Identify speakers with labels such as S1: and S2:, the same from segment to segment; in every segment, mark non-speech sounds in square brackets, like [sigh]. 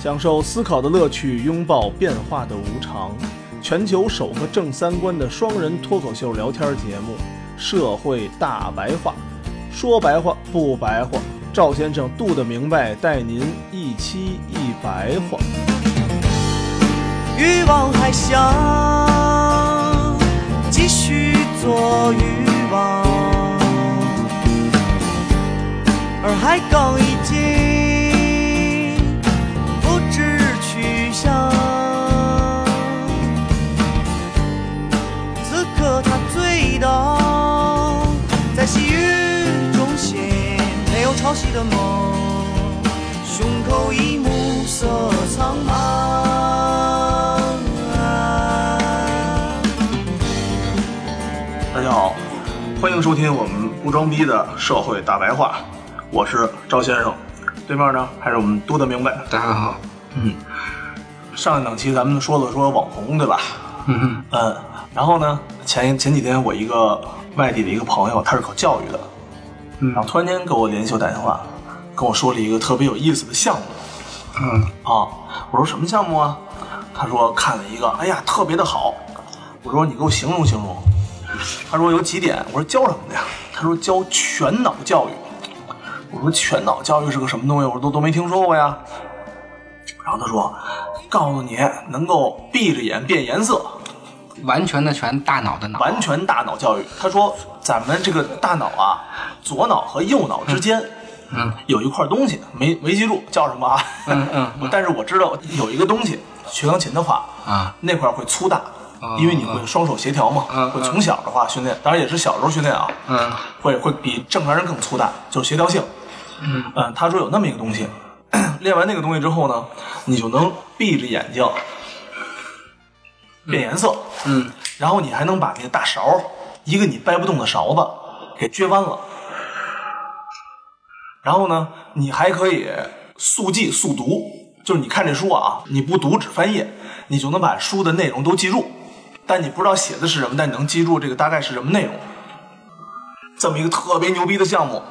S1: 享受思考的乐趣，拥抱变化的无常。全球首个正三观的双人脱口秀聊天节目《社会大白话》，说白话不白话，赵先生度的明白，带您一期一白话。
S2: 欲望还想继续做欲望，而海港已经不知去向。此刻他醉倒在细雨中心，没有潮汐的梦，胸口已暮色苍茫。
S1: 大家好，欢迎收听我们不装逼的社会大白话，我是赵先生，对面呢还是我们嘟的明白。嗯
S3: 大家好，嗯
S1: 上一档期咱们说了说网红，对吧？
S3: 嗯哼，
S1: 嗯，然后呢，前前几天我一个外地的一个朋友，他是搞教育的，
S3: 嗯
S1: 然后突然间给我联系我打电话，跟我说了一个特别有意思的项目
S3: 嗯
S1: 啊。我说什么项目啊？他说看了一个，哎呀，特别的好。我说你给我形容形容。他说有几点。我说教什么的呀？他说教全脑教育。我说全脑教育是个什么东西？我说都都没听说过呀。然后他说，告诉你能够闭着眼变颜色。
S3: 完全的全，大脑的脑，
S1: 完全大脑教育。他说，咱们这个大脑啊，左脑和右脑之间，
S3: 嗯，
S1: 有一块东西没没记住叫什么啊？
S3: 嗯嗯
S1: [laughs] 我但是我知道有一个东西，学钢琴的话，
S3: 啊，
S1: 那块会粗大，
S3: 啊
S1: 因为你会双手协调嘛，
S3: 啊
S1: 会从小的话训练，当然也是小时候训练啊，
S3: 嗯
S1: 会会比正常人更粗大，就是协调性。
S3: 嗯
S1: 嗯，他说有那么一个东西，练完那个东西之后呢，你就能闭着眼睛变颜色。
S3: 嗯
S1: 然后你还能把那个大勺，一个你掰不动的勺子给撅弯了。然后呢，你还可以速记速读，就是你看这书啊，你不读只翻页，你就能把书的内容都记住。但你不知道写的是什么，但你能记住这个大概是什么内容。这么一个特别牛逼的项目，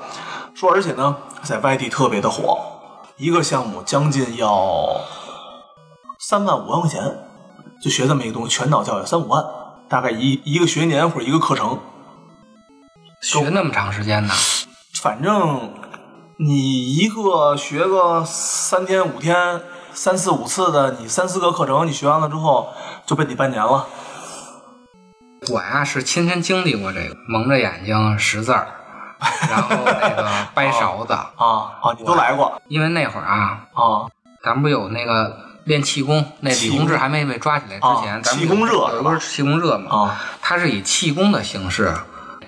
S1: 说而且呢，在外地特别的火，一个项目将近要三万五万块钱，就学这么一个东西，全脑教育三五万，大概一一个学年或者一个课程，
S3: 学那么长时间呢？
S1: 反正你一个学个三天五天、三四五次的，你三四个课程你学完了之后，就被你半年了。
S3: 我呀是亲身经历过这个，蒙着眼睛识
S1: [laughs]
S3: 字儿，然后那个掰勺子，
S1: 啊啊！你都来过
S3: 因为那会儿啊，
S1: 啊
S3: 咱们不有那个练气功，那
S1: 气
S3: 李
S1: 功
S3: 洪志还没被抓起来之前，
S1: 啊
S3: 咱们
S1: 气功热
S3: 有
S1: 是
S3: 有
S1: 吧
S3: 不是气功热嘛，
S1: 啊！
S3: 他是以气功的形式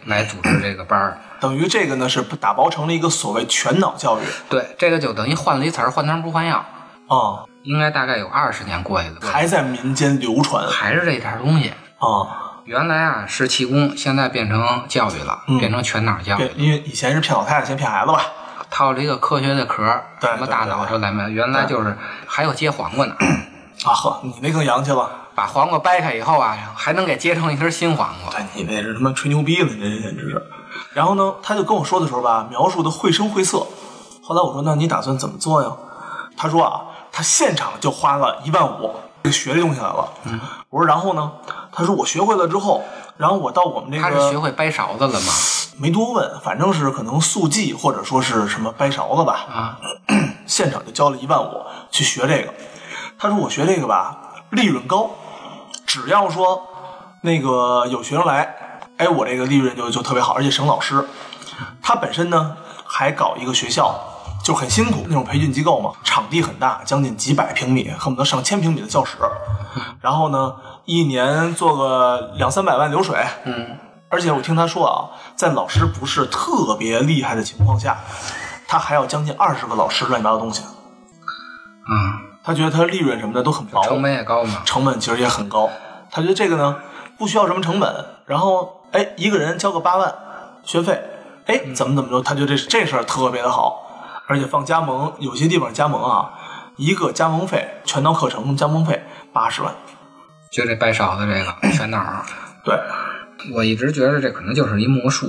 S3: 来组织这个班儿。
S1: 等于这个呢是打包成了一个所谓全脑教育
S3: 对，这个就等于换了一词儿，换汤不换药，
S1: 啊，
S3: 应该大概有二十年过去了，
S1: 还在民间流传
S3: 还是这点儿东西。
S1: 啊。
S3: 原来啊是气功，现在变成教育了，
S1: 嗯
S3: 变成全脑教育
S1: 对，
S3: 了，
S1: 因为以前是骗老太太，先骗孩子吧。
S3: 套了一个科学的壳儿，
S1: 对
S3: 什么大脑
S1: 对
S3: 这来没有？原来就是还有接黄
S1: [clears throat]
S3: 瓜呢，
S1: 啊呵，你那更洋气了。
S3: 把黄瓜掰开以后啊，还能给接成一根新黄瓜。
S1: 对你那是他妈吹牛逼了，你这简直是。然后呢，他就跟我说的时候吧，描述的绘声绘色。后来我说，那你打算怎么做呀？他说啊，他现场就花了一万五，学这东西来了。嗯，我说然后呢？他说我学会了之后，然后我到我们这
S3: 他是学
S1: 个
S3: 会掰勺子了吗？
S1: 没多问，反正是可能速记或者说是什么掰勺子吧，
S3: 啊，
S1: 现场就交了一万五去学这个。他说我学这个吧，利润高，只要说那个有学生来，哎，我这个利润就就特别好，而且省老师。他本身呢还搞一个学校，就很辛苦那种培训机构嘛，场地很大，将近几百平米，恨不得上千平米的教室。然后呢，一年做个两三百万流水。
S3: 嗯，
S1: 而且我听他说啊，在老师不是特别厉害的情况下，他还要将近二十个老师乱七八糟东西。
S3: 啊、
S1: 他觉得他利润什么的都很薄，
S3: 成本也高嘛。
S1: 成本其实也很高。他觉得这个呢不需要什么成本，然后哎一个人交个八万学费，哎
S3: 嗯
S1: 怎么怎么着，他觉得这这事儿特别的好，而且放加盟，有些地方加盟啊，一个加盟费全到课程加盟费八十万，
S3: 就这掰勺子这个
S1: [clears throat]
S3: 全脑，
S1: 对，
S3: 我一直觉得这可能就是一魔术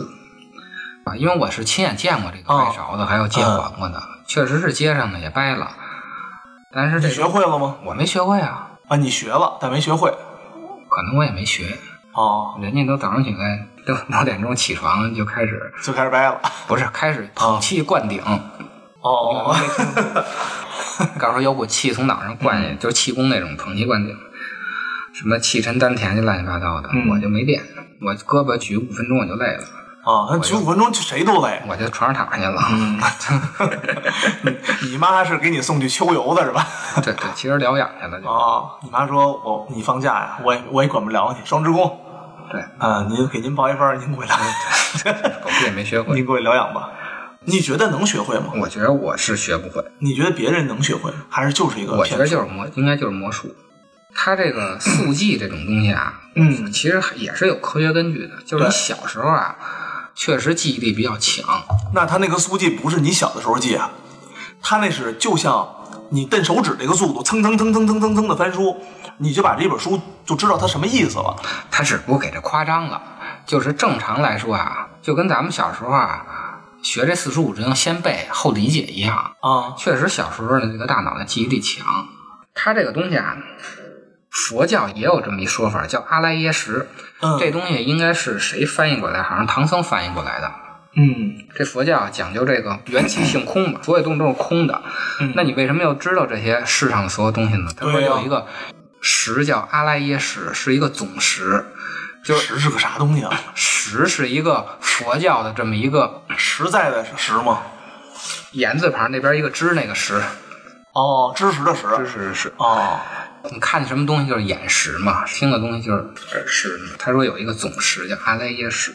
S3: 啊，因为我是亲眼见过这个
S1: 哦嗯
S3: 掰勺子还有接黄瓜的，确实是接上了也掰了，但是这
S1: 你学会了吗？
S3: 我没学会啊，
S1: 啊，你学了，但没学会。
S3: 可能我也没学。
S1: 哦，
S3: 人家都早上起来六六点钟起床就开始，
S1: 就开始掰了。
S3: 不是开始捧气灌顶，
S1: 哦， [laughs]
S3: 告诉我有股气从脑上灌下
S1: 嗯
S3: 去，就是气功那种捧气灌顶，什么气沉丹田就乱七八糟的，
S1: 嗯
S3: 我就没练，我胳膊举五分钟我就累了，
S1: 啊，那举五分钟就谁都 [laughs] 累。
S3: 我就床上躺下去了。
S1: 嗯你妈是给你送去秋游的是吧？
S3: [laughs]
S1: [laughs]
S3: 对对，其实疗养去了就。
S1: 哦，你妈说我你放假呀、我也我也管不了你，双职工。
S3: 对，
S1: 啊，您给您报一份，您过来， [laughs]
S3: 狗屁也没学会。
S1: 您过来疗养吧。你觉得能学会吗？
S3: 我觉得我是学不会，
S1: 你觉得别人能学会，还是就是一个
S3: 我觉
S1: 骗
S3: 得
S1: 子？
S3: 就是魔，应该就是魔术。它这个
S1: [clears throat]
S3: 速记这种东西啊，
S1: 嗯
S3: 其实也是有科学根据的。就是
S1: 对
S3: 你小时候啊，确实记忆力比较强，
S1: 那他那个速记不是你小的时候记啊，他那是就像你蹬手指这个速度，蹭蹭蹭蹭蹭蹭蹭的翻书，你就把这本书就知道它什么意思了。
S3: 它只不过给这夸张了。就是正常来说啊，就跟咱们小时候啊学这四书五经先背后理解一样，
S1: 啊
S3: 确实小时候呢，这个大脑的记忆力强。它这个东西啊，佛教也有这么一说法，叫阿赖耶识。
S1: 嗯
S3: 这东西应该是谁翻译过来？好像唐僧翻译过来的。
S1: 嗯，
S3: 这佛教讲究这个缘起性空嘛，所有东西都是空的。那你为什么要知道这些世上的所有东西呢？他
S1: 嗯
S3: 说
S1: 对呀
S3: 有一个识叫阿赖耶识，是一个总识。就
S1: 就是实是个啥东西啊？ [laughs]
S3: 识是一个佛教的这么一个
S1: 实在的实吗？
S3: 言字旁那边一个知那个识，
S1: 哦，知识的识。
S3: 知识的识。
S1: 哦，
S3: 你看什么东西就是眼识嘛，听的东西就是耳识嘛。他说有一个总识叫阿赖耶识，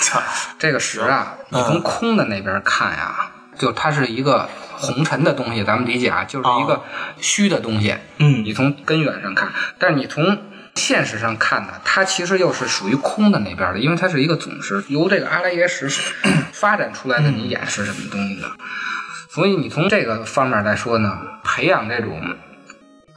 S1: 操，
S3: 这个识啊，你从空的那边看呀、就它是一个红尘的东西，咱们理解啊，就是一个虚的东西。
S1: 嗯
S3: 你从根源上看，但是你从现实上看呢，它其实又是属于空的那边的，因为它是一个总识，由这个阿赖耶识 [coughs] 发展出来的，你演示什么东西呢？所以你从这个方面来说呢，培养这种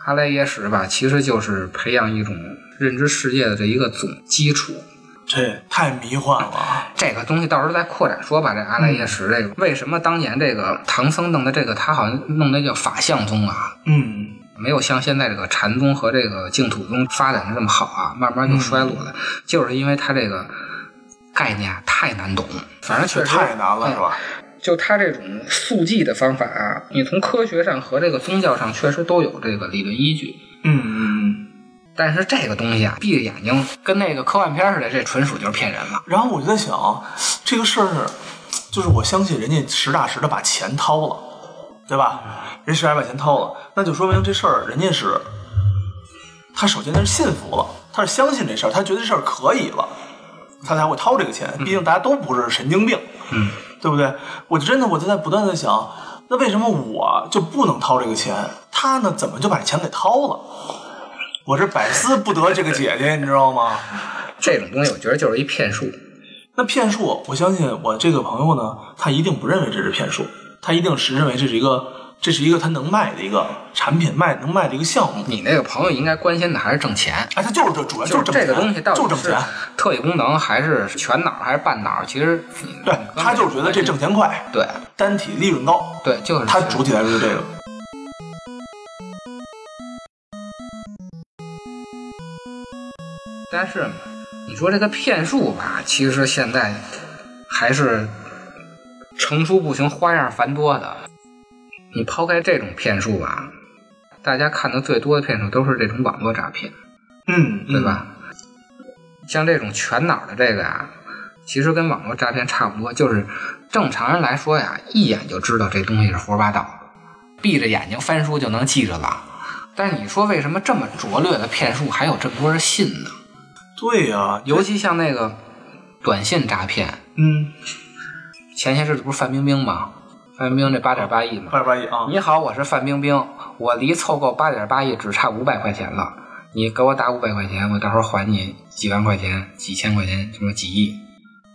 S3: 阿赖耶识吧，其实就是培养一种认知世界的这一个总基础。
S1: [laughs] 这太迷幻了啊。
S3: 这个东西到时候再扩展说吧。这阿赖耶识这个，为什么当年这个唐僧弄的这个，他好像弄的叫法相宗啊，
S1: 嗯，
S3: 没有像现在这个禅宗和这个净土宗发展的这么好啊，慢慢就衰落了，就是因为他这个概念啊太难懂，反正确
S1: 这
S3: 实
S1: 太难了，
S3: 嗯
S1: 是吧？
S3: 就他这种速记的方法啊，你从科学上和这个宗教上确实都有这个理论依据。
S1: 嗯嗯嗯。
S3: 但是这个东西啊，闭着眼睛跟那个科幻片似的，这纯属就是骗人了。
S1: 然后我就在想，啊这个事儿，就是我相信人家实打实的把钱掏了，对吧？人实打实把钱掏了，那就说明这事儿人家是，他首先他是信服了，他是相信这事儿，他觉得这事儿可以了，他才会掏这个钱。毕竟大家都不是神经病，嗯，对不对？我就真的我就在不断的想，那为什么我就不能掏这个钱？他呢，怎么就把钱给掏了？我这百思不得这个姐姐，你知道吗？
S3: 这种东西，我觉得就是一骗术。
S1: 那骗术，我相信我这个朋友呢，他一定不认为这是骗术，他一定是认为这是一个，这是一个他能卖的一个产品卖能卖的一个项目。
S3: 你那个朋友应该关心的还是挣钱，
S1: 哎，他就是这主要
S3: 就是
S1: 挣钱，
S3: 这个东西到
S1: 就是
S3: 底
S1: 挣
S3: 是
S1: 钱。
S3: 特异功能还是全脑还是半脑？其实你
S1: 对
S3: 你，
S1: 他就是觉得这挣钱快，
S3: 对
S1: 单体利润高，
S3: 对，就是
S1: 他主体来说是这个。
S3: 但是你说这个骗术吧，其实现在还是层出不穷、花样繁多的。你抛开这种骗术吧，大家看的最多的骗术都是这种网络诈骗，
S1: 嗯，
S3: 对吧？像这种全脑的这个呀、其实跟网络诈骗差不多，就是正常人来说呀，一眼就知道这东西是胡说八道，闭着眼睛翻书就能记着了。但是你说为什么这么拙劣的骗术还有这么多人信呢？
S1: 嗯？对呀、
S3: 尤其像那个短信诈骗，
S1: 嗯，
S3: 前些日子不是范冰冰吗？范冰冰这八点八亿嘛。
S1: 八十八亿啊，
S3: 你好，我是范冰冰，我离凑够八点八亿只差五百块钱了，你给我打五百块钱，我到时候还你几万块钱、几千块钱，什么几亿，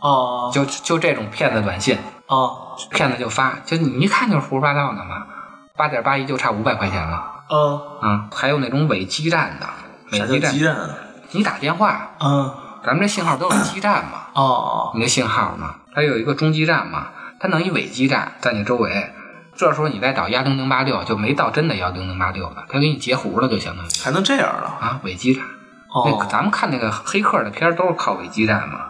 S1: 啊
S3: 就就这种骗子短信，
S1: 啊
S3: 骗子就发，就你一看就是胡说八道的嘛。八点八亿就差五百块钱了
S1: 啊！
S3: 啊、还有那种伪基站的，
S1: 啥
S3: 伪
S1: 叫
S3: 基站
S1: 基，站啊？
S3: 你打电话，
S1: 嗯
S3: 咱们这信号都是基站嘛。
S1: 啊
S3: 你的信号嘛，它有一个中继站嘛，它弄一伪基站在你周围，这时候你再导幺零零八六，就没到真的幺零零八六了，他给你截胡了，就相当于
S1: 还能这样了？
S3: 啊伪基站。那
S1: 哦，
S3: 咱们看那个黑客的片儿都是靠伪基站嘛，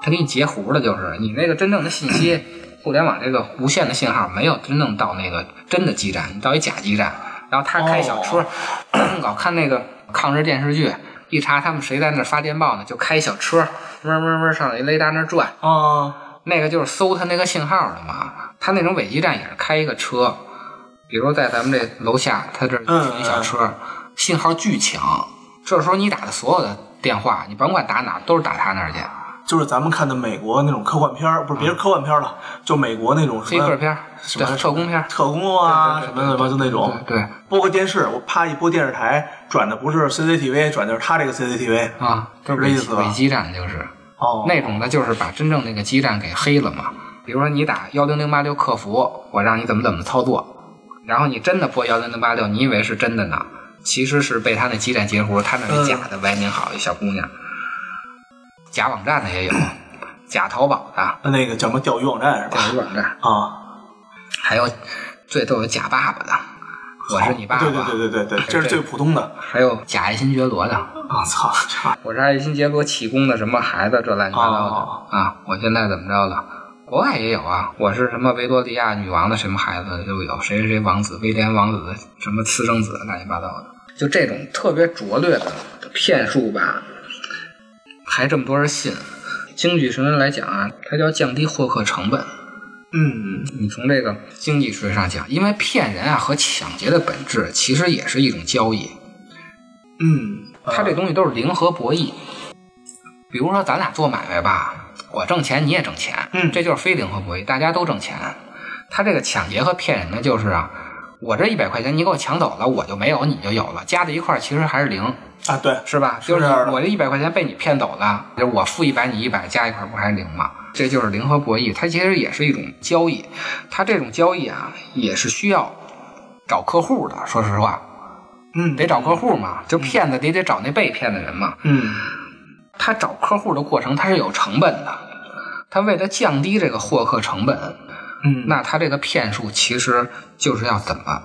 S3: 他给你截胡了，就是你那个真正的信息，互联网这个无线的信号没有真正到那个真的基站，你到一假基站，然后他开小车，咱 [coughs] 们老看那个抗日电视剧，一查他们谁在那儿发电报呢，就开一小车，嗡嗡嗡上一雷达那儿转，
S1: 啊，
S3: 那个就是搜他那个信号的嘛。他那种伪基站也是开一个车，比如在咱们这楼下，他这儿停一
S1: 嗯
S3: 小车，信号巨强。这时候你打的所有的电话，你甭管打哪儿，都是打他那儿去。
S1: 就是咱们看的美国那种科幻片儿，不是别是科幻片儿了，就美国那种什
S3: 嗯黑
S1: 么
S3: 客片儿、
S1: 什
S3: 对
S1: 么
S3: 特工片儿，
S1: 特工啊
S3: 对
S1: 什
S3: 对对
S1: 么的吧，就那种。
S3: 对
S1: 播个电视，我啪一播电视台，转的不是 CCTV，转的是他这个 CCTV。
S3: 啊，就是
S1: 这意思吧
S3: 伪基站就是。
S1: 哦，
S3: 那种的就是把真正那个基站给黑了嘛。比如说你打幺零零八六客服，我让你怎么怎么操作，然后你真的拨幺零零八六，你以为是真的呢，其实是被他那基站截胡，他
S1: 嗯
S3: 那是假的。喂，您好，一小姑娘，假网站的也有，假淘宝
S1: [clears throat]
S3: 的
S1: 那那个叫什么钓鱼网站是吧？
S3: 钓鱼网站，
S1: 啊，
S3: 还有最逗有假爸爸的，我是你爸爸，
S1: 啊对对对对对对，这是最普通的。
S3: 还有假爱新觉罗的，
S1: 啊
S3: [laughs]
S1: 操，这
S3: 我是爱新觉罗启功的什么孩子，这乱七八糟的、
S1: 哦
S3: 啊！我现在怎么着了？国外也有啊，我是什么维多利亚女王的什么孩子就有，谁谁谁王子，威廉王子的什么私生子，乱七八糟的。就这种特别拙劣的骗术吧，还这么多人信。经济学上来讲啊，它叫降低获客成本。
S1: 嗯，
S3: 你从这个经济学上讲，因为骗人啊和抢劫的本质其实也是一种交易。
S1: 嗯，
S3: 它这
S1: 个
S3: 东西都是零和博弈。比如说咱俩做买卖吧，我挣钱你也挣钱，
S1: 嗯
S3: 这就是非零和博弈，大家都挣钱。他这个抢劫和骗人呢，就是啊，我这一百块钱你给我抢走了，我就没有，你就有了，加在一块儿其实还是零，
S1: 啊，对，
S3: 是吧？
S1: 是
S3: 就是
S1: 这样的
S3: 我这一百块钱被你骗走了，就是我付一百你一百，加一块儿不还是零吗？这就是零和博弈，它其实也是一种交易，它这种交易啊也是需要找客户的，说实话，
S1: 嗯，
S3: 得找客户嘛，就骗子得得找那被骗的人嘛。
S1: 嗯，
S3: 他找客户的过程他是有成本的，他为了降低这个获客成本，
S1: 嗯
S3: 那他这个骗术其实就是要怎么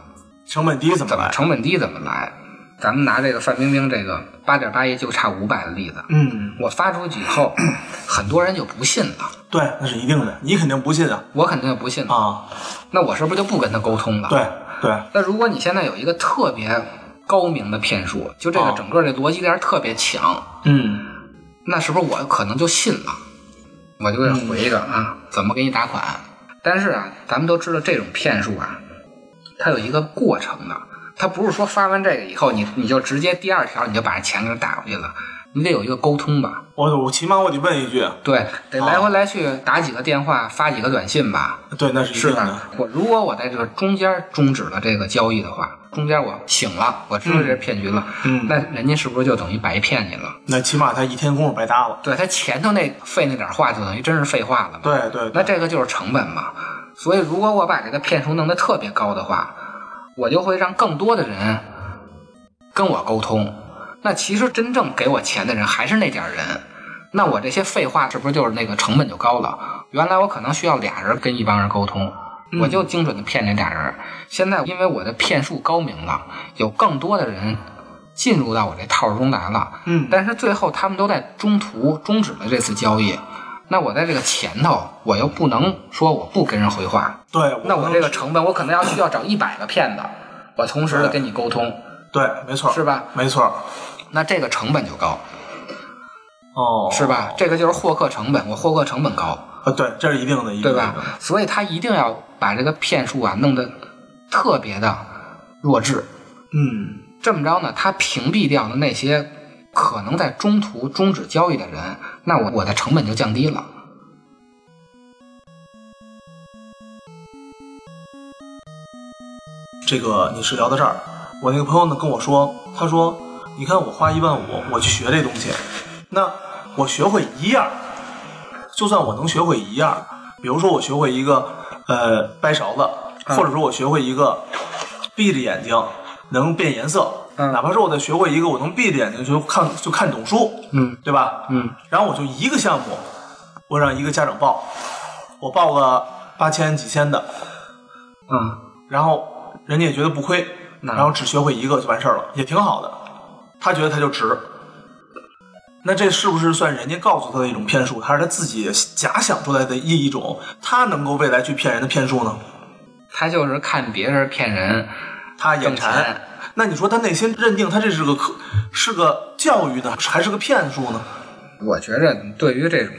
S1: 成本低怎么
S3: 怎么
S1: 来？
S3: 成本低怎么来。咱们拿这个范冰冰这个八点八亿就差五百的例子，
S1: 嗯，
S3: 我发出去
S1: [clears throat]
S3: 以后，很多人就不信了，
S1: 对，那是一定的，你肯定不信啊
S3: 我肯定就不信了，
S1: 啊，
S3: 那我是不是就不跟他沟通了？
S1: 对对，
S3: 那如果你现在有一个特别高明的骗术，就这个
S1: 哦
S3: 整个这逻辑链特别强，
S1: 嗯，
S3: 那是不是我可能就信了？我就给回一个啊，怎么给你打款？但是啊，咱们都知道这种骗术啊，它有一个过程的，它不是说发完这个以后，你你就直接第二条你就把钱给人打过去了，你得有一个沟通吧？
S1: 我我起码我得问一句，啊
S3: 对，得来回来去打几个电话，发几个短信吧，
S1: 对，那是一
S3: 是
S1: 定
S3: 吧
S1: 的，？
S3: 我如果我在这个中间终止了这个交易的话，中间我醒了，我知道这是骗局了，
S1: 嗯
S3: 那人家是不是就等于白骗你了？
S1: 那起码他一天功夫白搭了。
S3: 对他前头那费那点话，就等于真是废话了嘛。
S1: 对对，对
S3: 那这个就是成本嘛。所以如果我把这个骗术弄得特别高的话，我就会让更多的人跟我沟通。那其实真正给我钱的人还是那点儿人，那我这些废话是不是就是那个成本就高了？原来我可能需要俩人跟一帮人沟通，我就精准的骗这俩人。现在因为我的骗术高明了，有更多的人进入到我这套中来了。
S1: 嗯
S3: 但是最后他们都在中途终止了这次交易。那我在这个前头，我又不能说我不跟人回话，
S1: 对，
S3: 那我
S1: 能
S3: 这个成本，我可能要需要找一百个骗子，我同时的跟你沟通，
S1: 对，没错，
S3: 是吧？
S1: 没错，
S3: 那这个成本就高，
S1: 哦，
S3: 是吧？这个就是获客成本，我获客成本高，
S1: 啊，对，这是一定的，一定
S3: 对
S1: 的
S3: 吧？所以他一定要把这个骗术啊弄得特别的弱智，
S1: 嗯，
S3: 这么着呢，他屏蔽掉了那些可能在中途终止交易的人，那我我的成本就降低了。
S1: 这个你是聊到这儿，我那个朋友呢跟我说，他说，你看我花一万五，我去学这东西，那我学会一样，就算我能学会一样，比如说我学会一个呃掰勺子，
S3: 嗯
S1: 或者说我学会一个闭着眼睛能变颜色，
S3: 嗯
S1: 哪怕说我再学会一个我能闭着眼睛就看就看懂书，
S3: 嗯
S1: 对吧？
S3: 嗯，
S1: 然后我就一个项目，我让一个家长报，我报个八千几千的，
S3: 嗯，
S1: 然后人家也觉得不亏，
S3: 那
S1: 然后只学会一个就完事儿了，也挺好的。他觉得他就值。那这是不是算人家告诉他的一种骗术，还是他自己假想出来的一一种他能够未来去骗人的骗术呢？
S3: 他就是看别人骗人，
S1: 他眼
S3: 挣
S1: 馋
S3: 钱。
S1: 那你说他内心认定他这是个科，是个教育呢，还是个骗术呢？
S3: 我觉着对于这种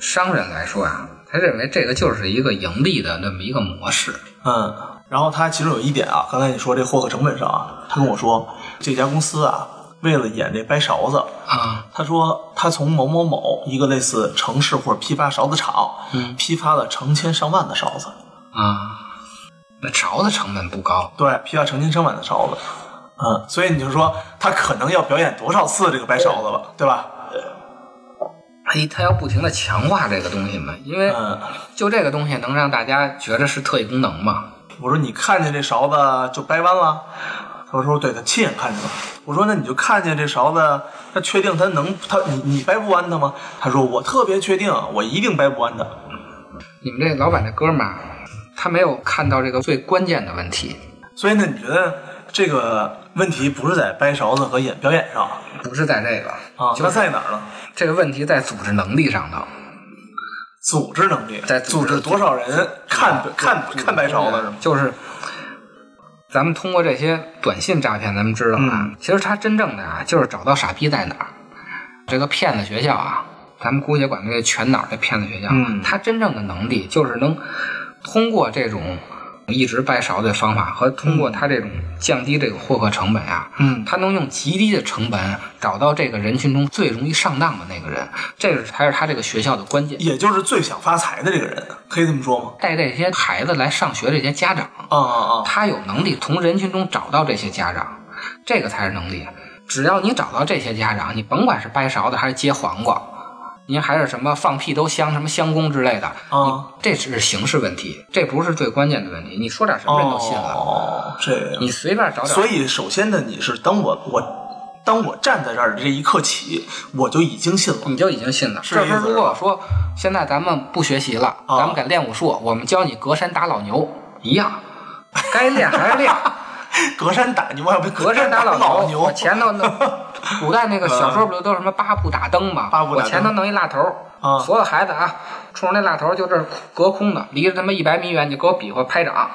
S3: 商人来说啊，他认为这个就是一个盈利的那么一个模式。
S1: 嗯，然后他其中有一点啊，刚才你说这获客成本上啊，他跟我说这家公司啊，为了演这掰勺子，
S3: 啊，
S1: 他说他从某某某一个类似城市或者批发勺子厂，
S3: 嗯
S1: 批发了成千上万的勺子，
S3: 啊，那勺子成本不高，
S1: 对，批发成千上万的勺子，嗯，所以你就说他可能要表演多少次这个掰勺子了，对吧？
S3: 哎，他要不停的强化这个东西嘛，因为
S1: 嗯，
S3: 就这个东西能让大家觉得是特异功能嘛。
S1: 我说你看见这勺子就掰弯了，他说对，他亲眼看见了。我说那你就看见这勺子，他确定他能他你你掰不弯它吗？他说我特别确定，我一定掰不弯的。
S3: 你们这老板这哥们儿，他没有看到这个最关键的问题，
S1: 所以呢，你觉得这个问题不是在掰勺子和演表演上
S3: 不是在这个
S1: 啊？
S3: 就
S1: 那
S3: 是
S1: 在哪儿呢？
S3: 这个问题在组织能力上头。
S1: 组织能力，
S3: 在
S1: 组
S3: 组织
S1: 织多少人看看看白勺子是吗？
S3: 就是咱们通过这些短信诈骗，咱们知道啊，
S1: 嗯
S3: 其实他真正的啊，就是找到傻逼在哪儿。这个骗子学校啊，咱们姑且管这个全脑儿这骗子学校，
S1: 嗯
S3: 他真正的能力就是能通过这种一直掰勺的方法和通过他这种降低这个获客成本啊，
S1: 嗯
S3: 他能用极低的成本找到这个人群中最容易上当的那个人，这个才是他这个学校的关键。
S1: 也就是最想发财的这个人，可以这么说吗？
S3: 带这些孩子来上学，这些家长，
S1: 啊啊啊！
S3: 他有能力从人群中找到这些家长，这个才是能力。啊只要你找到这些家长，你甭管是掰勺子还是接黄瓜，您还是什么放屁都香，什么香公之类的，
S1: 啊
S3: 你这只是形式问题，这不是最关键的问题。你说点什么人都信了，
S1: 哦，这样
S3: 你随便找点。
S1: 所以，首先呢，你是当我我当我站在这儿的这一刻起，我就已经信了。
S3: 你就已经信了。
S1: 是
S3: 这时
S1: 意
S3: 候
S1: 思
S3: 如果说现在咱们不学习了，
S1: 啊
S3: 咱们改练武术，我们教你隔山打老牛一样，该练还是练。
S1: 隔山打牛，要啊不
S3: 隔山
S1: [laughs]
S3: 打
S1: 老
S3: 老
S1: 牛，嗯
S3: 我前
S1: [laughs]
S3: 头弄，古代那个小说不都是什么八步打灯嘛？
S1: 八步打灯
S3: 我前头弄一蜡头儿，
S1: 啊
S3: 所有孩子啊，冲着那蜡头儿就这儿隔空的，离着他妈一百米远，你给我比划拍掌，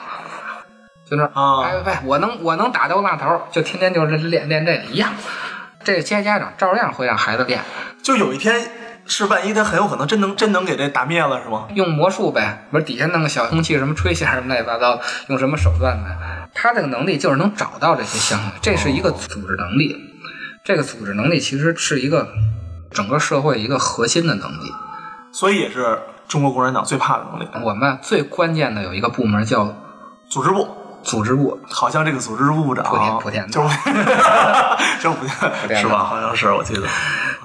S3: 就那儿，
S1: 啊
S3: 哎喂，我能我能打到蜡头儿，就天天就是练练这个一样。这些家长照样会让孩子练，
S1: 就有一天是万一他很有可能真能真能给这打灭了，是吗？
S3: 用魔术呗，不是底下弄个小空气什么吹线什么乱七八糟，用什么手段呗。他这个能力就是能找到这些项目，这是一个组织能力。这个组织能力其实是一个整个社会一个核心的能力。
S1: 所以也是中国共产党最怕的能力，
S3: 我们最关键的有一个部门叫
S1: 组织部。
S3: 组织部，
S1: 好像这个组织部长
S3: 莆田莆田的
S1: 啊就是 [laughs] 就是莆
S3: 田的
S1: 田是吧？好像是我记得，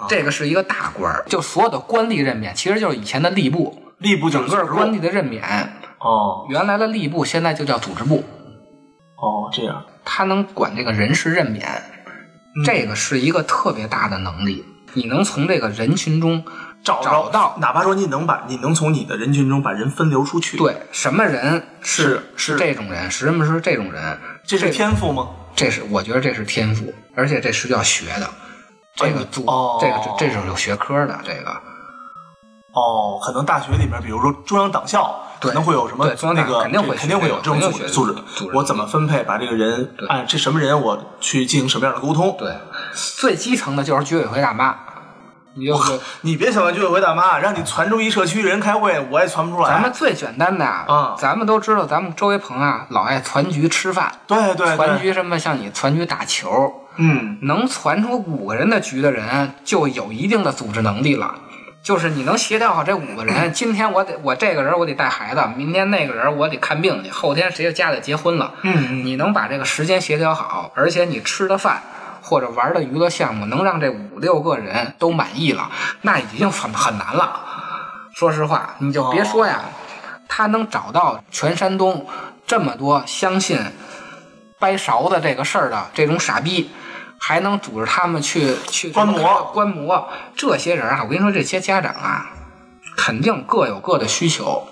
S3: 这个是一个大官儿，就所有的官吏任免其实就是以前的吏部，
S1: 吏部就是组
S3: 整
S1: 织
S3: 个
S1: 部
S3: 官吏的任免，
S1: 哦
S3: 原来的吏部现在就叫组织部。
S1: 哦这样，
S3: 他能管这个人事任免，
S1: 嗯
S3: 这个是一个特别大的能力。你能从这个人群中
S1: 找
S3: 找到
S1: 哪怕说你能把你能从你的人群中把人分流出去，，
S3: 对什么人是
S1: 是
S3: 这种人，什么是这种人，
S1: 这是
S3: 个，
S1: 天赋吗？
S3: 这是我觉得这是天赋，而且这是要学的。这个组，
S1: 哦
S3: 这个这是有学科的，这个
S1: 哦，可能大学里面，比如说中央党校，
S3: 对
S1: 可能会有什么
S3: 对中央
S1: 那
S3: 党
S1: 个
S3: 肯定会
S1: 肯定会有这种
S3: 肯定
S1: 组
S3: 会
S1: 织
S3: 学
S1: 组织
S3: 组，织
S1: 我怎么分配把这个人
S3: 对
S1: 按这什么人我去进行什么样的沟通？
S3: 对最基层的就是居委会大妈，你就
S1: 你别想完居委会大妈，让你传出一社区人开会，我也传不出来。
S3: 咱们最简单的啊
S1: 嗯
S3: 咱们都知道，咱们周围朋友啊老爱攒局吃饭，
S1: 对对对，
S3: 攒局什么像你攒局打球，
S1: 嗯，
S3: 能传出五个人的局的人，就有一定的组织能力了。就是你能协调好这五个
S1: [laughs]
S3: 人，今天我得我这个人我得带孩子，明天那个人我得看病去，后天谁家里结婚了，
S1: 嗯嗯
S3: 你能把这个时间协调好，而且你吃的饭或者玩的娱乐项目能让这五六个人都满意了，那已经很很难了。说实话，你就别说
S1: 哦
S3: 呀，他能找到全山东这么多相信掰勺子这个事儿的这种傻逼，还能组织他们去去
S1: 观摩
S3: 什么观摩这些人啊！我跟你说，这些家长啊，肯定各有各的需求。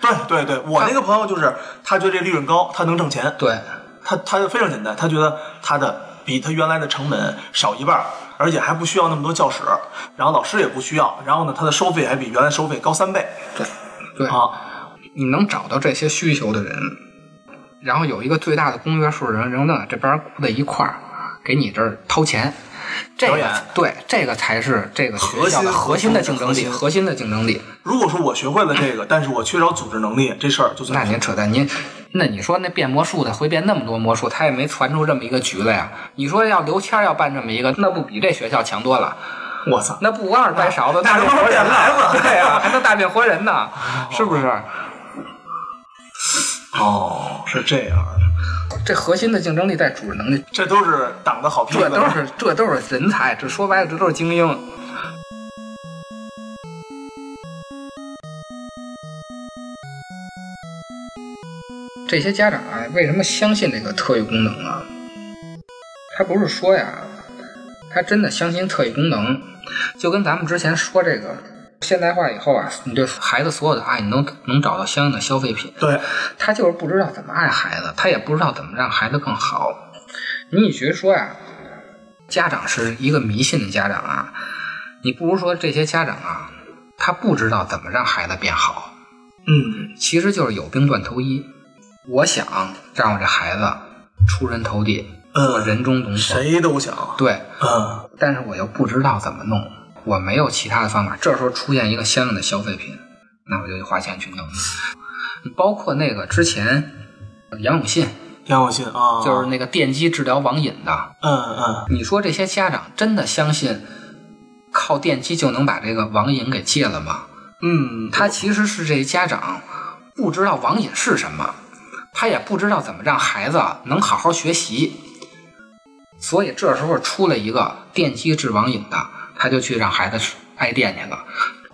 S1: 对对对，我那个朋友就是他觉得这利润高，他能挣钱，
S3: 对，
S1: 他他非常简单，他觉得他的比他原来的成本少一半儿，而且还不需要那么多教室，然后老师也不需要，然后呢，他的收费还比原来收费高三倍
S3: 对，对，
S1: 啊，
S3: 你能找到这些需求的人，然后有一个最大的公约数人，人能这边顾在一块儿，给你这儿掏钱，这
S1: 表演
S3: 个对，这个才是这个学校的
S1: 核
S3: 核
S1: 心
S3: 心的竞争
S1: 核
S3: 力，
S1: 心
S3: 核心的竞争力。
S1: 如果说我学会了这个，但是我缺少组织能力，这事儿就
S3: 那
S1: 算
S3: 您扯淡，您那你说那变魔术的会变那么多魔术，他也没传出这么一个局来呀、你说要刘谦儿要办这么一个，那不比这学校强多了？
S1: 我操，
S3: 那不光是掰勺子，
S1: 那
S3: 大变活
S1: 那都是
S3: 人呢
S1: 变来了？
S3: 对呀、还能大变活
S1: [laughs]
S3: 人呢，是不是？
S1: 哦，是这样的，
S3: 这核心的竞争力在组织能力，
S1: 这都是党的好屁
S3: 这
S1: 股，
S3: 都是这都是人才，这说白了这都是精英。这些家长啊，为什么相信这个特异功能啊？他不是说呀，他真的相信特异功能，就跟咱们之前说这个现代化以后啊，你对孩子所有的爱，你能能找到相应的消费品。
S1: 对，
S3: 他就是不知道怎么爱孩子，他也不知道怎么让孩子更好。你与其说呀、家长是一个迷信的家长啊，你不如说这些家长啊，他不知道怎么让孩子变好，
S1: 嗯，
S3: 其实就是有病乱投医。我想让我这孩子出人头地，
S1: 嗯
S3: 人中龙凤，
S1: 谁都想，
S3: 对，
S1: 嗯，
S3: 但是我又不知道怎么弄，我没有其他的方法。这时候出现一个相应的消费品，那我就得花钱去弄。包括那个之前杨永信，
S1: 杨永信啊，
S3: 就是，那个电击治疗网瘾的，
S1: 嗯嗯，
S3: 你说这些家长真的相信靠电击就能把这个网瘾给戒了吗？
S1: 嗯，
S3: 他其实是这家长不知道网瘾是什么，他也不知道怎么让孩子能好好学习，所以这时候出了一个电击治网瘾的，他就去让孩子挨电去了。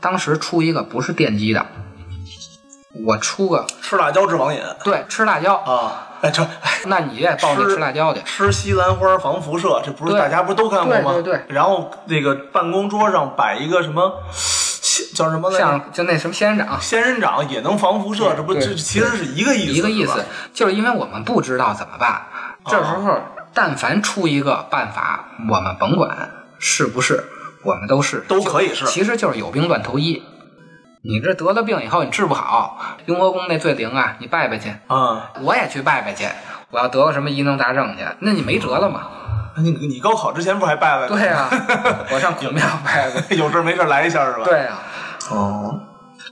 S3: 当时出一个不是电击的，我出个
S1: 吃辣椒治网瘾
S3: 对吃辣椒，
S1: 啊，哎，这
S3: 那你也报那
S1: 吃
S3: 吃辣椒去。
S1: 吃西兰花防辐射，这不是
S3: 对
S1: 大家不是都看过吗？
S3: 对对对
S1: 然后那个办公桌上摆一个什么叫什么来着？
S3: 像就那什么仙人掌，
S1: 仙人掌也能防辐射，这不
S3: 对
S1: 这
S3: 对
S1: 其实是一个意思，
S3: 一个意
S1: 是
S3: 思
S1: 吧，哦
S3: 就是因为我们不知道怎么办，这时候但凡出一个办法，我们甭管是不是，我们都是
S1: 都可以是
S3: 就其实就是有病乱投医。你这得了病以后，你治不好，雍和宫那最灵啊，你拜拜去，
S1: 啊。
S3: 我也去拜拜去。我要得了什么疑难杂症去，那你没辙了嘛？
S1: 那你你高考之前不还拜拜吗？[laughs]
S3: 对啊，我上孔庙拜拜。
S1: 哦有事儿没事儿来一下是吧？。
S3: 对啊，
S1: 哦，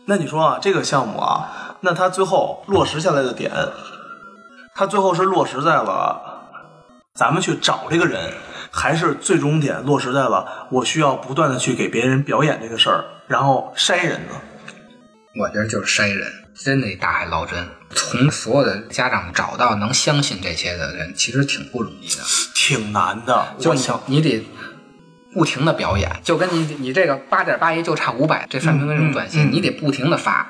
S1: 那你说啊，这个项目啊，那它最后落实下来的点，它最后是落实在了咱们去找这个人，还是最终点落实在了我需要不断的去给别人表演这个事儿，然后筛人呢？
S3: 我觉得就是筛人，真得大海捞针。从所有的家长找到能相信这些的人，其实挺不容易的。
S1: 挺难的，
S3: 就
S1: 我
S3: 你
S1: 想
S3: 你得不停的表演，就跟你你这个八点八一就差五百这范冰冰这种短信，
S1: 嗯嗯
S3: 你得不停的发，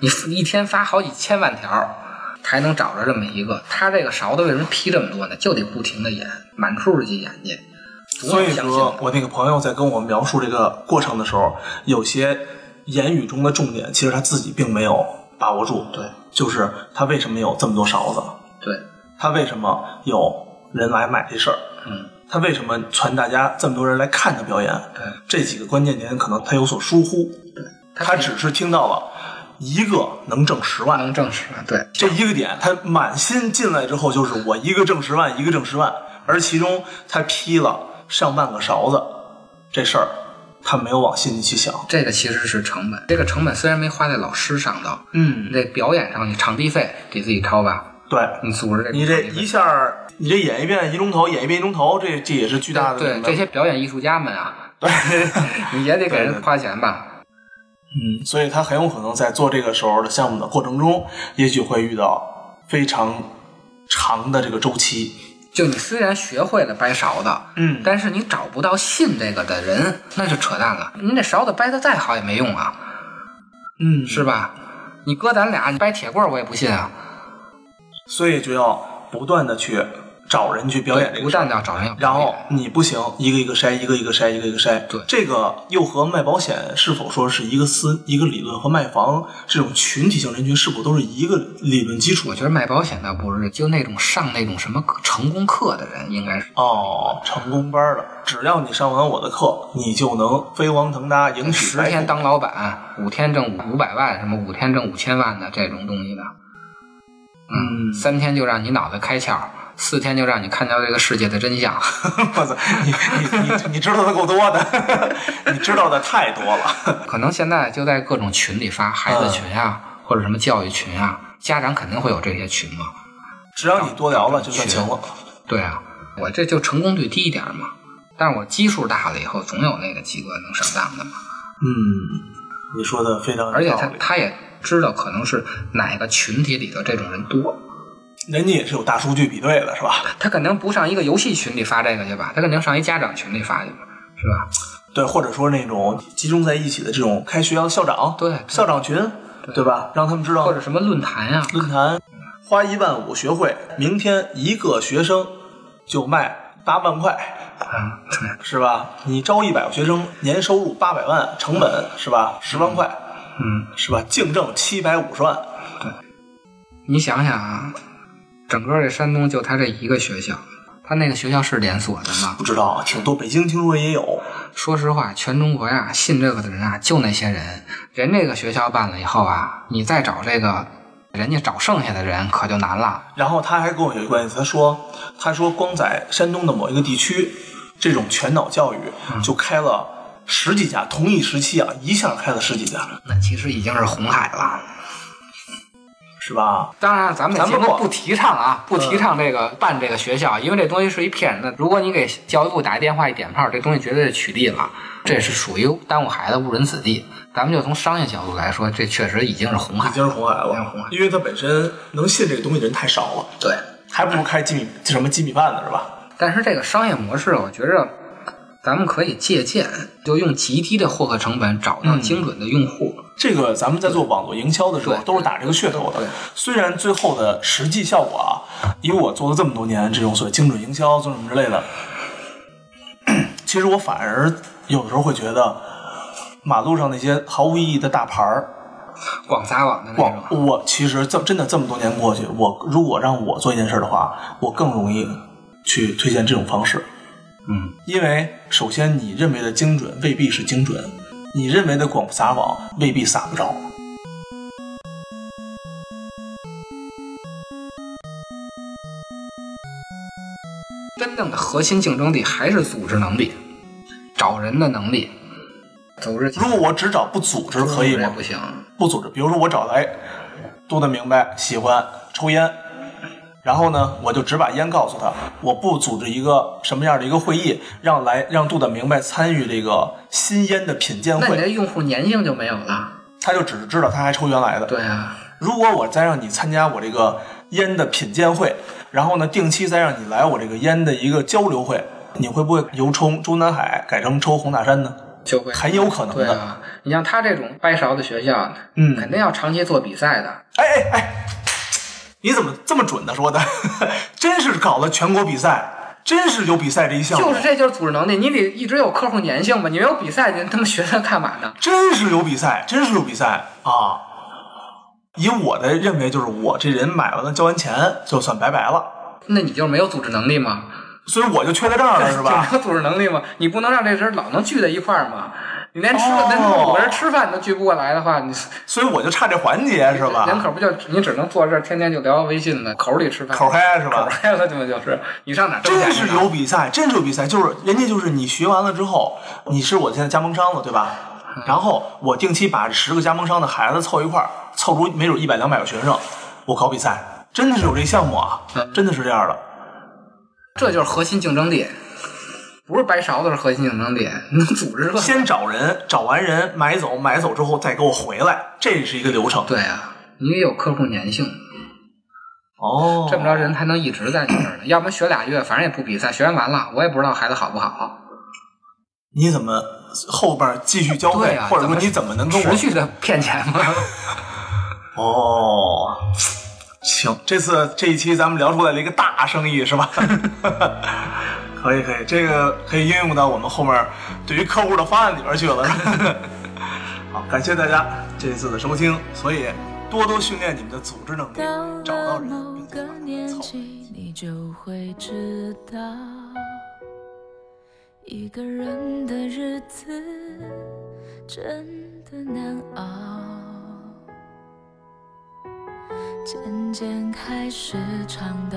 S3: 你一天发好几千万条。才能找着这么一个，他这个勺子为什么劈这么多呢？就得不停的演，满处去演去，总
S1: 所
S3: 有
S1: 以
S3: 相信的
S1: 说，我那个朋友在跟我描述这个过程的时候，有些言语中的重点，其实他自己并没有把握住。
S3: 对，
S1: 就是他为什么有这么多勺子，
S3: 对，
S1: 他为什么有人来买这事儿，
S3: 嗯，
S1: 他为什么传大家这么多人来看他表演，
S3: 对，
S1: 这几个关键点可能他有所疏忽，
S3: 他
S1: 他只是听到了一个能挣十万，
S3: 能证实啊，对，
S1: 这一个点，他满心进来之后就是我一个挣十万，一个挣十万，而其中他劈了上万个勺子，这事儿他没有往心里去想。
S3: 这个其实是成本，这个成本虽然没花在老师上头，你
S1: 嗯，
S3: 这表演上你场地费得自己掏吧，
S1: 对，
S3: 你组织这个
S1: 你这
S3: 场地费
S1: 一下儿，你这演一遍一钟头，演一遍一钟头，这这也是巨大的
S3: 对
S1: 那个
S3: 这些表演艺术家们啊，
S1: [laughs] 对，
S3: [laughs] 你也得给
S1: 对对
S3: 人花钱吧？
S1: 嗯，所以他很有可能在做这个时候的项目的过程中，也许会遇到非常长的这个周期。
S3: 就你虽然学会了掰勺子，
S1: 嗯
S3: 但是你找不到信这个的人，那就扯淡了。你这勺子掰的再好也没用啊，
S1: 嗯，
S3: 是吧？你搁咱俩，你掰铁棍儿我也不信啊。
S1: 所以就要不断的去找人去表演这
S3: 不
S1: 个事儿，
S3: 但要找人要表演，
S1: 然后你不行，一个一个筛，一个一个筛，一个一个筛。
S3: 对
S1: 这个又和卖保险是否说是一个思一个理论和卖房这种群体性人群是否都是一个理论基础
S3: 我？觉得卖保险倒不是，就那种上那种什么成功课的人，应该是
S1: 哦，成功班儿了，只要你上完我的课，你就能飞黄腾达，迎娶
S3: 十
S1: 白
S3: 天
S1: 富美。
S3: 当老板，五天挣五百万，什么五天挣五千万的这种东西的，
S1: 嗯，
S3: 三天就让你脑袋开窍，四天就让你看到这个世界的真相。 [laughs]
S1: 我操， [laughs] 你你你你知道的够多的， [laughs] 你知道的太多了。
S3: 可能现在就在各种群里发，孩子群
S1: 嗯
S3: 啊，或者什么教育群啊，家长肯定会有这些群嘛。
S1: 只要你多聊了，就算行了。
S3: 对啊，我这就成功率低一点嘛，但是我基数大了以后，总有那个几个能上当的嘛。
S1: 嗯，你说的非常有道
S3: 而
S1: 理，
S3: 且他他也知道可能是哪个群体里头这种人多，
S1: 人家也是有大数据比对的，是吧？
S3: 他肯定不上一个游戏群里发这个去吧，他肯定上一家长群里发去吧，是吧？
S1: 对，或者说那种集中在一起的这种开学校校长，
S3: 对
S1: 校长群，对吧？让他们知道
S3: 或者什么论坛啊，
S1: 论坛花一万五学会，明天一个学生就卖八万块，
S3: 啊，对
S1: 是吧？你招一百个学生，年收入八百万，成本是吧？十万块，
S3: 嗯，
S1: 是吧？净挣七百五十万，
S3: 你想想啊，整个这山东就他这一个学校，他那个学校是连锁的吗
S1: 不？知道啊，挺多，北京听说也有，
S3: 说实话，全中国呀，信这个的人啊，就那些人。人这个学校办了以后啊，你再找这个，人家找剩下的人可就难了。
S1: 然后他还跟我有一关系，他说，他说光在山东的某一个地区，这种全脑教育
S3: 嗯
S1: 就开了十几家，同一时期啊，一下开了十几家，
S3: 那其实已经是红海了。
S1: 是吧？
S3: 当然，啊咱们这
S1: 咱
S3: 节
S1: 们嗯
S3: 目
S1: 不
S3: 不提倡啊，不提倡这个办这个学校，因为这东西是一骗人的。如果你给教育部打一电话一点炮，这东西绝对是取缔了，这是属于耽误孩子误人子弟。咱们就从商业角度来说，这确实已经是红海
S1: 已。经是红海
S3: 已经是红
S1: 了
S3: 海，
S1: 因为他本身能信这个东西的人太少了，
S3: 对，
S1: 还不如开鸡米什么鸡米饭呢，是吧？
S3: 但是这个商业模式，我觉着咱们可以借鉴，就用极低的获客成本找
S1: 嗯
S3: 到精准的用户。
S1: 这个咱们在做网络营销的时候
S3: 对
S1: 都是打这个噱头的
S3: 对，
S1: 虽然最后的实际效果啊，因为我做了这么多年这种所谓精准营销、做什么之类的，其实我反而有的时候会觉得，马路上那些毫无意义的大牌儿，
S3: 广撒网的那
S1: 逛
S3: 种，
S1: 我其实这真的这么多年过去，我如果让我做一件事儿的话，我更容易去推荐这种方式。
S3: 嗯，
S1: 因为首先你认为的精准未必是精准，你认为的广撒网未必撒不着。
S3: 真正的核心竞争力还是组织能力，找人的能力。组织
S1: 如果我只找不组织可以
S3: 这
S1: 吗？
S3: 不行，
S1: 不组织，比如说我找来多的明白喜欢抽烟，然后呢，我就只把烟告诉他，我不组织一个什么样的一个会议，让来让杜的明白参与这个新烟的品鉴
S3: 那你
S1: 会，
S3: 这用户粘性就没有了。
S1: 他就只是知道他还抽原来的。
S3: 对啊，
S1: 如果我再让你参加我这个烟的品鉴会，然后呢，定期再让你来我这个烟的一个交流会，你会不会由抽中南海改成抽红塔山呢？
S3: 就会
S1: 很有可能
S3: 对
S1: 的。
S3: 啊。你像他这种掰勺的学校，
S1: 嗯
S3: 肯定要长期做比赛的。
S1: 哎哎哎，你怎么这么准呢？说的， [laughs] 真是搞了全国比赛，真是有比赛这一项目，
S3: 就是这就是组织能力，你得一直有客户粘性吧？你没有比赛，你他妈学它干嘛呢？
S1: 真是有比赛，真是有比赛啊！以我的认为，就是我这人买完了交完钱就算拜拜了，
S3: 那你就是没有组织能力吗？
S1: 所以我就缺在这儿了，是
S3: [laughs]
S1: 吧？
S3: 有组织能力吗？你不能让这人老能聚在一块儿嘛。你连吃
S1: 哦
S3: 连五个人吃饭都聚不过来的话，你
S1: 所以我就差这环节，是
S3: 人
S1: 吧？
S3: 口不就你只能坐这儿天天就聊微信了，口里吃饭，
S1: 口嗨是
S3: 口
S1: 吧？
S3: 嗨了，他妈就是你上哪儿挣钱
S1: 真
S3: 去
S1: 是
S3: 呢
S1: 有比赛，真是有比赛，就是人家就是你学完了之后，你是我现在加盟商了，对吧？然后我定期把十个加盟商的孩子凑一块儿，凑出没准一百两百个学生，我搞比赛，真的是有这项目啊，
S3: 嗯
S1: 真的是这样的。
S3: 这就是核心竞争力，不是掰勺子是核心竞争力，能组织这。
S1: 先找人，找完人买走，买走之后再给我回来，这是一个流程。
S3: 对啊，你得有客户粘性，
S1: 哦，
S3: 这么着人才能一直在你这儿呢。要不然学俩月，反正也不比赛，学完完了，我也不知道孩子好不好。
S1: 你怎么后边继续交
S3: 对
S1: 费，
S3: 啊
S1: 或者说
S3: 怎么
S1: 你怎么能跟我
S3: 持续的骗钱吗？
S1: 哦，行，这次这一期咱们聊出来了一个大生意，是吧？ [laughs] 可以可以，这个可以应用到我们后面对于客户的方案里边去了。 [laughs] 好，感谢大家这一次的收听，所以多多训练你们的组织能力
S4: 到，
S1: 找到
S4: 了
S1: 人
S4: 某
S1: 并且
S4: 个
S1: 把他
S4: 年
S1: 们凑。
S4: 纪，你就会知道，一个人的日子真的难熬。渐渐开始尝到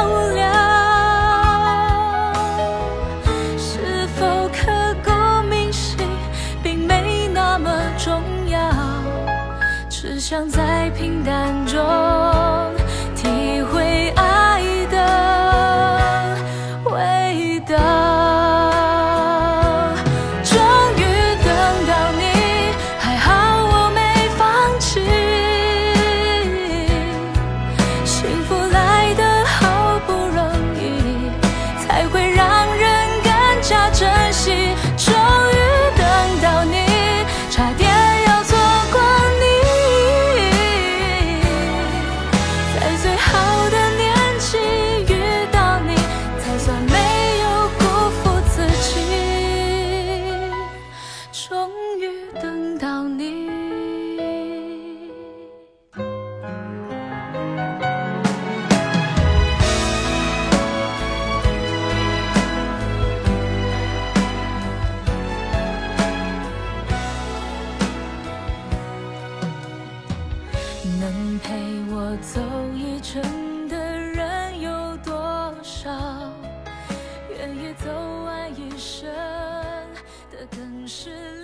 S4: 寥。是否刻骨铭心，并没那么重要，只想在平淡中体会爱的味道。终于等到你，还好我没放弃。幸福来得好不容易，才会让人更加珍惜。终于等到你，差点要错过你，在最好的年纪遇到你，才算没有辜负自己。终于等到你。能陪我走一程的人有多少？愿意走完一生的更是寥